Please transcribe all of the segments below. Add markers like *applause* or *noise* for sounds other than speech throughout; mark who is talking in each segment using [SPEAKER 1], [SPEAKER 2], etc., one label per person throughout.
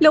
[SPEAKER 1] Lo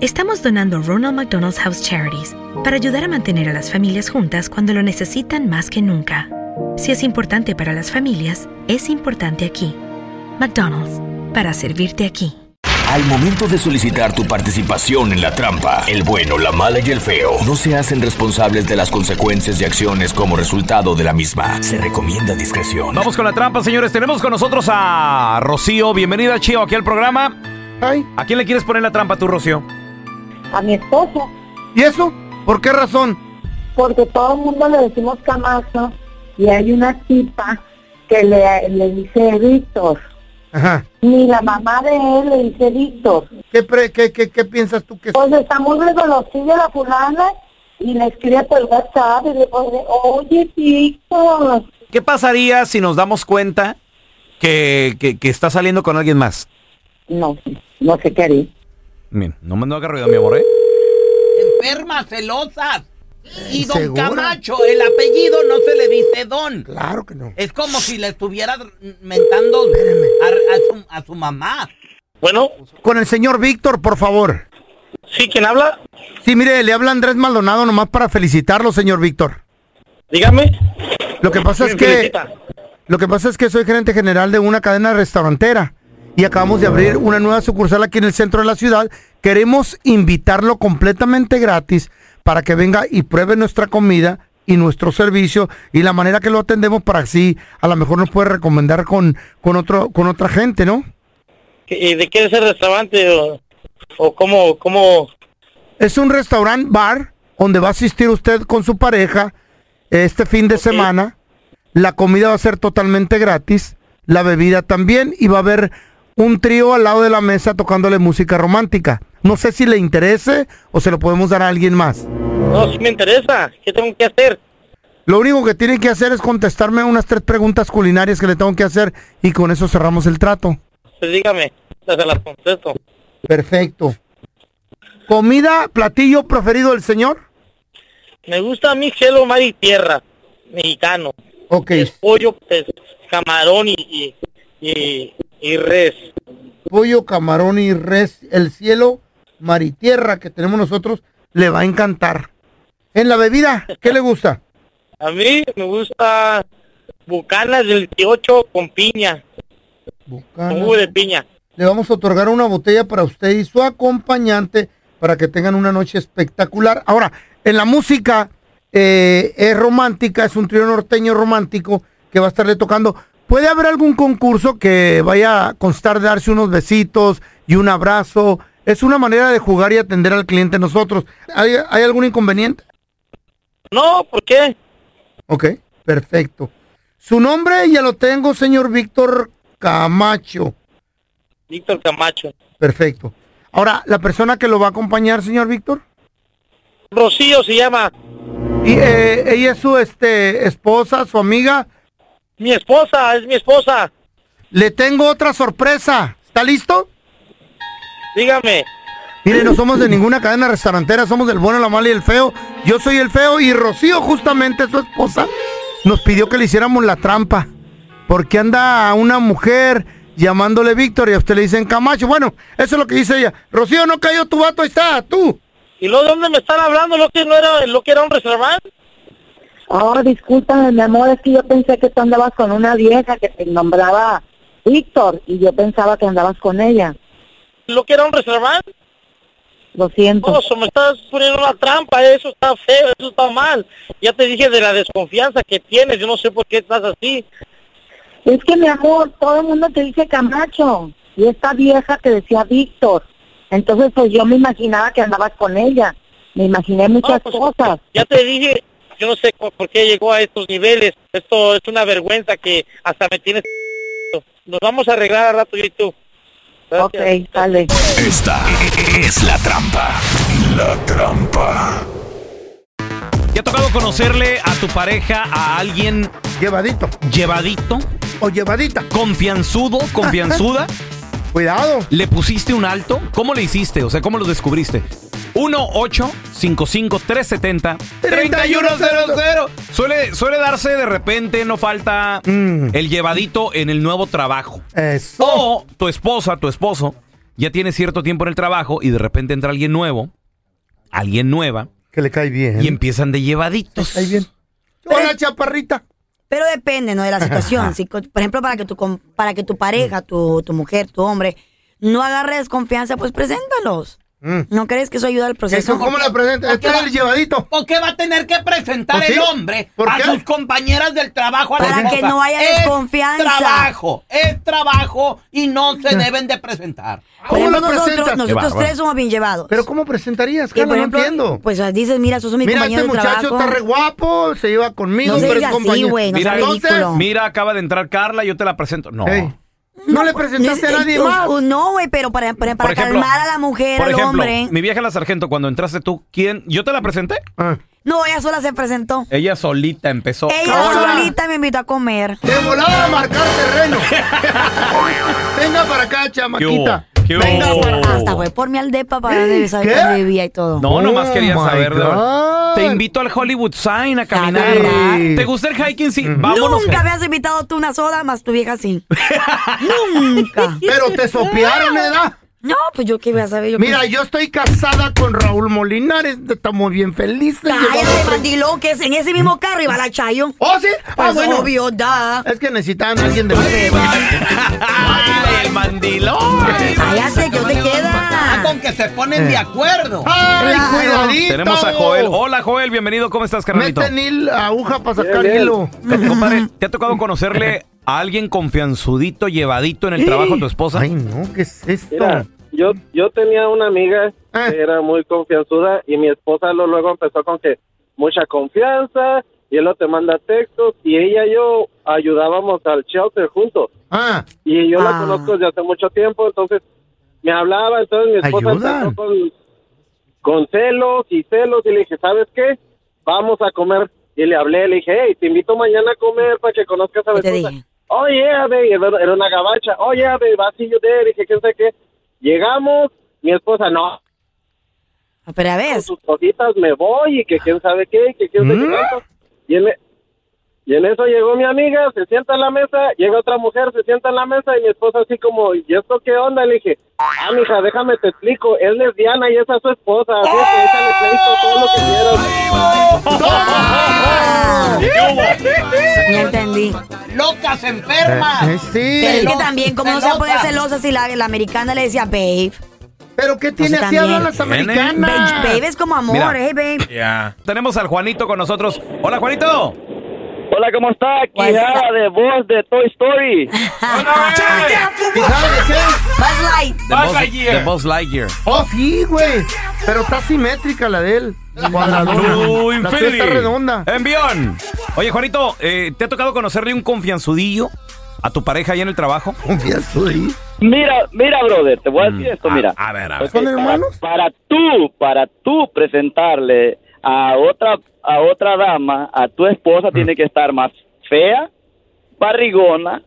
[SPEAKER 2] estamos donando Ronald McDonald's House Charities para ayudar a mantener a las familias juntas cuando lo necesitan más que nunca. Si es importante para las familias, es importante aquí. McDonald's, para servirte aquí.
[SPEAKER 3] Al momento de solicitar tu participación en la trampa, el bueno, la mala y el feo no se hacen responsables de las consecuencias y acciones como resultado de la misma. Se recomienda discreción.
[SPEAKER 4] Vamos con la trampa, señores. Tenemos con nosotros a Rocío. Bienvenida, Chio, aquí al programa. ¿A quién le quieres poner la trampa tú, Rocío?
[SPEAKER 5] a mi esposo,
[SPEAKER 6] ¿Y eso? ¿Por qué razón?
[SPEAKER 5] porque todo el mundo le decimos Camacho y hay una tipa que le, le dice Víctor.
[SPEAKER 6] Ajá.
[SPEAKER 5] Ni la mamá de él le dice Víctor.
[SPEAKER 6] ¿Qué, pre- qué, qué, qué piensas tú que es?
[SPEAKER 5] Pues está muy reconocida la fulana y le escribe por WhatsApp y le pone, oye Víctor,
[SPEAKER 4] ¿Qué pasaría si nos damos cuenta que, que, que está saliendo con alguien más?
[SPEAKER 5] no, no sé qué haré.
[SPEAKER 4] Bien, no me no haga ruido, mi amor, ¿eh?
[SPEAKER 7] enfermas, celosas. Y don
[SPEAKER 6] ¿Segura?
[SPEAKER 7] Camacho, el apellido no se le dice don.
[SPEAKER 6] Claro que no.
[SPEAKER 7] Es como si le estuvieras mentando a, a su, a su mamá.
[SPEAKER 8] Bueno,
[SPEAKER 6] Con el señor Víctor, por favor.
[SPEAKER 8] sí, ¿quién habla?
[SPEAKER 6] Sí, mire, le habla Andrés Maldonado nomás para felicitarlo, señor Víctor.
[SPEAKER 8] Dígame.
[SPEAKER 6] Lo que pasa es
[SPEAKER 8] *laughs* ¿Quién
[SPEAKER 6] que
[SPEAKER 8] felicita?
[SPEAKER 6] lo que pasa es que soy gerente general de una cadena restaurantera y acabamos de abrir una nueva sucursal aquí en el centro de la ciudad. Queremos invitarlo completamente gratis para que venga y pruebe nuestra comida y nuestro servicio y la manera que lo atendemos para así a lo mejor nos puede recomendar con con otro con otra gente, ¿no?
[SPEAKER 8] ¿Y de qué es el restaurante? ¿O, o cómo, cómo?
[SPEAKER 6] Es un restaurante bar donde va a asistir usted con su pareja este fin de semana. La comida va a ser totalmente gratis, la bebida también y va a haber un trío al lado de la mesa tocándole música romántica. No sé si le interese o se lo podemos dar a alguien más.
[SPEAKER 8] No, sí me interesa. ¿Qué tengo que hacer?
[SPEAKER 6] Lo único que tiene que hacer es contestarme unas tres preguntas culinarias que le tengo que hacer y con eso cerramos el trato.
[SPEAKER 8] Pues dígame, se las contesto.
[SPEAKER 6] Perfecto. ¿Comida, platillo preferido del señor?
[SPEAKER 8] Me gusta a mí cielo, mar y tierra, mexicano.
[SPEAKER 6] Ok,
[SPEAKER 8] Es pollo, es camarón y, y, y- y res.
[SPEAKER 6] pollo, camarón y res, el cielo, mar y tierra que tenemos nosotros, le va a encantar. En la bebida, ¿qué le gusta?
[SPEAKER 8] A mí me gusta bucanas del 18 con piña,
[SPEAKER 6] Bucanas.
[SPEAKER 8] con jugo de piña.
[SPEAKER 6] Le vamos a otorgar una botella para usted y su acompañante para que tengan una noche espectacular. Ahora, en la música eh, es romántica, es un trío norteño romántico que va a estarle tocando. ¿Puede haber algún concurso que vaya a constar de darse unos besitos y un abrazo? Es una manera de jugar y atender al cliente nosotros. ¿Hay, hay algún inconveniente?
[SPEAKER 8] No, ¿por qué?
[SPEAKER 6] Ok, perfecto. Su nombre ya lo tengo, señor Víctor Camacho.
[SPEAKER 8] Víctor Camacho.
[SPEAKER 6] Perfecto. Ahora, la persona que lo va a acompañar, señor Víctor,
[SPEAKER 8] Rocío se llama
[SPEAKER 6] y eh, ella es su este esposa, su amiga.
[SPEAKER 8] mi esposa, es mi esposa.
[SPEAKER 6] Le tengo otra sorpresa. ¿Está listo?
[SPEAKER 8] Dígame.
[SPEAKER 6] Mire, no somos de ninguna cadena restaurantera, somos del bueno, la mala y el feo. Yo soy el feo y Rocío, justamente su esposa, nos pidió que le hiciéramos la trampa. Porque anda una mujer llamándole Víctor y a usted le dicen Camacho. Bueno, eso es lo que dice ella. Rocío, no cayó tu vato, ahí está, tú.
[SPEAKER 8] ¿Y luego dónde me están hablando? ¿Lo que no era, lo que era un restaurante?
[SPEAKER 5] Oh, discúlpame, mi amor, es que yo pensé que tú andabas con una vieja que te nombraba Víctor y yo pensaba que andabas con ella.
[SPEAKER 8] ¿Lo que era un restaurante?
[SPEAKER 5] Lo siento.
[SPEAKER 8] Oso, me estás poniendo una trampa, eso está feo, eso está mal. Ya te dije de la desconfianza que tienes, yo no sé por qué estás así.
[SPEAKER 5] Es que, mi amor, todo el mundo te dice Camacho y esta vieja te decía Víctor. Entonces, pues yo me imaginaba que andabas con ella. Me imaginé muchas cosas.
[SPEAKER 8] Ya te dije, yo no sé cu- por qué llegó a estos niveles. Esto es una vergüenza que hasta me tienes... *laughs* Nos vamos a arreglar al rato yo y tú.
[SPEAKER 5] Ok, dale.
[SPEAKER 3] Esta es la trampa. La trampa.
[SPEAKER 4] ¿Te ha tocado conocerle a tu pareja a alguien
[SPEAKER 6] llevadito?
[SPEAKER 4] ¿Llevadito?
[SPEAKER 6] ¿O llevadita?
[SPEAKER 4] ¿Confianzudo?
[SPEAKER 6] *laughs*
[SPEAKER 4] ¿Confianzuda?
[SPEAKER 6] Cuidado.
[SPEAKER 4] ¿Le pusiste un alto? ¿Cómo le hiciste? O sea, ¿cómo lo descubriste? 1 8 55 370 3100 suele, suele darse de repente, no falta
[SPEAKER 6] Mm.
[SPEAKER 4] el llevadito en el nuevo trabajo.
[SPEAKER 6] Eso.
[SPEAKER 4] O tu esposa, tu esposo, ya tiene cierto tiempo en el trabajo y de repente entra alguien nuevo, alguien nueva,
[SPEAKER 6] Que le cae bien.
[SPEAKER 4] y empiezan de llevaditos.
[SPEAKER 6] Ahí bien. Hola, chaparrita.
[SPEAKER 9] Pero depende, ¿no?
[SPEAKER 5] *laughs*
[SPEAKER 9] De la situación. Si, co- por ejemplo, para que tu, com- para que tu pareja, tu, tu mujer, tu hombre, no agarre desconfianza, pues preséntalos. ¿No crees que eso ayuda al proceso?
[SPEAKER 6] ¿Eso cómo la presenta?
[SPEAKER 7] ¿Por
[SPEAKER 6] Este
[SPEAKER 7] qué
[SPEAKER 6] es
[SPEAKER 7] va-
[SPEAKER 6] el llevadito.
[SPEAKER 7] ¿Por qué va a tener que presentar
[SPEAKER 6] ¿Por qué?
[SPEAKER 7] el hombre
[SPEAKER 6] Pues ¿Por
[SPEAKER 7] a
[SPEAKER 6] qué?
[SPEAKER 7] sus compañeras del trabajo? A la
[SPEAKER 9] Para que
[SPEAKER 7] esposa?
[SPEAKER 9] no haya
[SPEAKER 7] Es
[SPEAKER 9] desconfianza.
[SPEAKER 7] trabajo, es trabajo y no se deben de presentar.
[SPEAKER 9] Por
[SPEAKER 6] ¿Cómo
[SPEAKER 9] ejemplo,
[SPEAKER 6] la presentas?
[SPEAKER 9] Ah, nosotros,
[SPEAKER 6] Qué
[SPEAKER 9] nosotros
[SPEAKER 4] bárbaro.
[SPEAKER 9] tres somos bien llevados.
[SPEAKER 6] ¿Pero cómo presentarías,
[SPEAKER 9] y
[SPEAKER 6] Carla?
[SPEAKER 9] por ejemplo,
[SPEAKER 6] no entiendo.
[SPEAKER 9] pues dices, mira, esos son mis
[SPEAKER 6] Mira,
[SPEAKER 9] compañeros
[SPEAKER 6] este
[SPEAKER 9] de
[SPEAKER 6] muchacho
[SPEAKER 9] trabajo.
[SPEAKER 6] está re guapo, se lleva conmigo,
[SPEAKER 9] No se
[SPEAKER 6] pero es
[SPEAKER 9] diga así,
[SPEAKER 6] compañero.
[SPEAKER 9] güey, no
[SPEAKER 4] sea
[SPEAKER 6] entonces,
[SPEAKER 9] ridículo.
[SPEAKER 4] Mira, acaba de entrar Carla, yo te la presento. No.
[SPEAKER 6] Ey, no, le presentaste
[SPEAKER 9] es-
[SPEAKER 6] a este nadie
[SPEAKER 9] eh,
[SPEAKER 6] más.
[SPEAKER 9] uh, No, güey, pero para, para, para
[SPEAKER 4] Por ejemplo,
[SPEAKER 9] calmar a la mujer,
[SPEAKER 4] Por
[SPEAKER 9] al
[SPEAKER 4] ejemplo,
[SPEAKER 9] hombre.
[SPEAKER 4] mi vieja la sargento, cuando entraste tú, ¿quién? ¿Yo te la presenté?
[SPEAKER 6] Ah.
[SPEAKER 9] No, ella sola se presentó.
[SPEAKER 4] Ella solita empezó.
[SPEAKER 9] Ella
[SPEAKER 6] Hola.
[SPEAKER 9] solita me invitó a comer.
[SPEAKER 6] De volada a marcar
[SPEAKER 9] *laughs*
[SPEAKER 6] terreno. Venga para acá, chamaquita.
[SPEAKER 4] ¿Qué hubo? ¿Qué
[SPEAKER 9] Venga,
[SPEAKER 4] hubo?
[SPEAKER 9] para- hasta fue por mi aldepa para ver
[SPEAKER 6] ¿Qué?
[SPEAKER 9] saber dónde vivía y todo.
[SPEAKER 4] No,
[SPEAKER 6] Oh
[SPEAKER 4] nomás quería
[SPEAKER 6] my
[SPEAKER 4] saber. de
[SPEAKER 6] God.
[SPEAKER 4] verdad. Te invito al Hollywood Sign a caminar.
[SPEAKER 6] Sí.
[SPEAKER 4] ¿Te gusta el hiking? Sí. Vámonos.
[SPEAKER 6] pues.
[SPEAKER 9] Nunca me has invitado tú una soda más tu vieja
[SPEAKER 6] *laughs*
[SPEAKER 9] sí. Nunca.
[SPEAKER 6] Pero te sopearon, ¿verdad?
[SPEAKER 9] No, pues yo qué voy a saber. Yo
[SPEAKER 6] Mira,
[SPEAKER 9] qué-
[SPEAKER 6] yo estoy casada con Raúl Molinares, estamos bien felices.
[SPEAKER 9] cállate,
[SPEAKER 6] llevamos tres-
[SPEAKER 9] bandilón, que es en ese mismo carro iba la Chayo.
[SPEAKER 6] ¿Oh, sí? Ah,
[SPEAKER 9] Pues
[SPEAKER 6] bueno.
[SPEAKER 9] novio, da. Pues,
[SPEAKER 6] Es que necesitaban a alguien de...
[SPEAKER 4] Ay, el mandilón.
[SPEAKER 9] Cállate, que no te
[SPEAKER 7] Ah,
[SPEAKER 9] queda.
[SPEAKER 7] con que se ponen
[SPEAKER 8] Eh.
[SPEAKER 7] de acuerdo.
[SPEAKER 6] ¡Ay,
[SPEAKER 9] Claro.
[SPEAKER 6] cuidadito!
[SPEAKER 4] Tenemos a Joel. Oh, Hola, Joel. Bienvenido. ¿Cómo estás, carnalito?
[SPEAKER 6] Meten hil- aguja para sacar
[SPEAKER 8] Bien, bien.
[SPEAKER 6] hilo.
[SPEAKER 4] Te- compadre, ¿te ha tocado conocerle a alguien confianzudito, llevadito en el trabajo a tu esposa?
[SPEAKER 6] Ay, no, ¿qué es esto?
[SPEAKER 8] Mira, yo, yo tenía una amiga
[SPEAKER 6] Ah.
[SPEAKER 8] que era muy confianzuda y mi esposa lo, luego empezó con que mucha confianza y él lo te manda textos y ella y yo ayudábamos al shelter juntos
[SPEAKER 6] Ah,
[SPEAKER 8] y yo la
[SPEAKER 9] Ah.
[SPEAKER 8] conozco desde hace mucho tiempo, entonces me hablaba, entonces mi esposa
[SPEAKER 6] Ayudan.
[SPEAKER 8] empezó con, con celos y celos y le dije, ¿sabes qué? Vamos a comer. Y le hablé, le dije, hey, te invito mañana a comer para que conozcas a mi
[SPEAKER 9] ¿Qué te
[SPEAKER 8] esposa.
[SPEAKER 9] dije?
[SPEAKER 8] Oh yeah, babe, era era una gabacha. Oh yeah, babe, I see you there. Dije, ¿qué sé qué? Llegamos, mi esposa, no,
[SPEAKER 9] Ah, Pero a ver,
[SPEAKER 8] con sus cositas me voy y que quién sabe qué, que quién
[SPEAKER 6] ¿Mm?
[SPEAKER 8] sabe qué tanto. Y en, e- y en eso llegó mi amiga, se sienta en la mesa, llega otra mujer, se sienta en la mesa y mi esposa así como, ¿y esto qué onda? Le dije, ah, mija, déjame te explico, es lesbiana y esa es su esposa, así es que échale pleito todo lo que quieras.
[SPEAKER 9] Ah,
[SPEAKER 4] ¿Qué hubo?
[SPEAKER 9] ya entendí.
[SPEAKER 7] Locas, enfermas.
[SPEAKER 6] eh, sí.
[SPEAKER 9] Pero es que
[SPEAKER 7] Celosa,
[SPEAKER 9] también, ¿cómo no se va a poner celosa
[SPEAKER 7] celosa.
[SPEAKER 9] si la, la americana le decía babe?
[SPEAKER 6] ¿Pero qué tiene?
[SPEAKER 9] sé
[SPEAKER 6] Así
[SPEAKER 9] también.
[SPEAKER 6] hablan las
[SPEAKER 4] Tiene-
[SPEAKER 9] Babe,
[SPEAKER 6] americanas.
[SPEAKER 9] babe es como amor,
[SPEAKER 4] Eh, Mira.
[SPEAKER 9] eh, babe.
[SPEAKER 4] Tenemos al Juanito con nosotros. Hola, Juanito.
[SPEAKER 8] Hola, ¿cómo está?
[SPEAKER 9] What's Quijada
[SPEAKER 8] de voz de Toy Story.
[SPEAKER 6] ¿Y sabes qué?
[SPEAKER 9] Buzz Light.
[SPEAKER 4] The Buzz, The Buzz Lightyear.
[SPEAKER 6] Oh, sí, güey. Pero está simétrica la de él. Cuadradona.
[SPEAKER 4] Blue
[SPEAKER 6] La
[SPEAKER 4] Infinity.
[SPEAKER 6] suya está
[SPEAKER 4] *laughs*
[SPEAKER 6] redonda.
[SPEAKER 4] Envión. Oye, Juanito, eh, ¿te ha tocado conocerle un confianzudillo a tu pareja ahí en el trabajo?
[SPEAKER 6] Confieso, ¿sí?
[SPEAKER 8] Mira, mira, brother, te voy a decir esto,
[SPEAKER 4] a-
[SPEAKER 8] mira. Pues
[SPEAKER 4] a ver, a ver.
[SPEAKER 8] Ok,
[SPEAKER 6] ¿Son
[SPEAKER 8] para-
[SPEAKER 6] hermanos?
[SPEAKER 8] Para, tú, para tú presentarle a otra, a otra dama, a tu esposa,
[SPEAKER 6] Mm.
[SPEAKER 8] tiene que estar más fea, barrigona,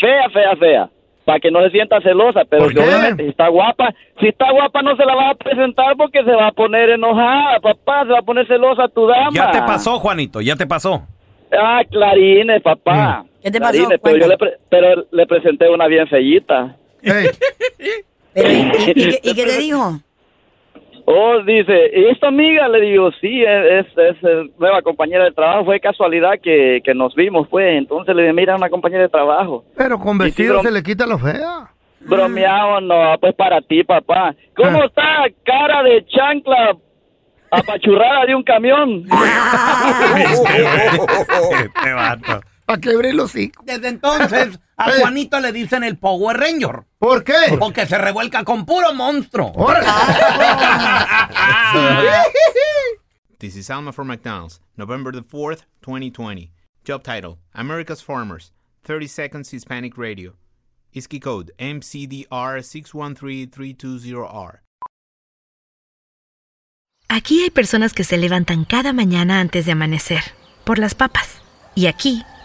[SPEAKER 8] fea, fea, fea.
[SPEAKER 10] para que no se sienta celosa, pero si obviamente si está guapa, si está guapa no se la vas a presentar porque se va a poner enojada, papá, se va a poner celosa tu dama.
[SPEAKER 4] Ya te pasó, Juanito, ya te pasó.
[SPEAKER 10] Ah, clarines, papá.
[SPEAKER 9] ¿Qué te
[SPEAKER 4] pasó?
[SPEAKER 10] Clarines, pero yo le, pre- pero le presenté una bien fellita.
[SPEAKER 6] Mm.
[SPEAKER 9] ¿Y, qué, y qué te dijo?
[SPEAKER 10] Oh, dice, ¿y esta amiga? Le digo, sí, es, es, es nueva compañera de trabajo. Fue casualidad que, que nos vimos, pues. Entonces le dije, mira, una compañera de trabajo.
[SPEAKER 6] Pero con
[SPEAKER 10] Y sí,
[SPEAKER 6] vestido
[SPEAKER 10] bro-
[SPEAKER 6] se le quita lo fea.
[SPEAKER 10] Bromeamos, no, pues para ti, papá.
[SPEAKER 6] Ah.
[SPEAKER 10] ¿Cómo está cara de chancla apachurrada de un
[SPEAKER 8] *laughs*
[SPEAKER 10] camión?
[SPEAKER 4] Te vato.
[SPEAKER 6] A quebrar los hijos.
[SPEAKER 7] Desde entonces, a Juanito le dicen el Power Ranger.
[SPEAKER 6] ¿Por qué?
[SPEAKER 7] Porque se revuelca con puro monstruo.
[SPEAKER 10] Ah,
[SPEAKER 6] *laughs*
[SPEAKER 11] This is Alma for McDonald's, November the 4th, 2020. Job title America's Farmers, 30 Seconds Hispanic Radio. ISKI code MCDR613320R.
[SPEAKER 2] Aquí hay personas que se levantan cada mañana antes de amanecer, por las papas. Y aquí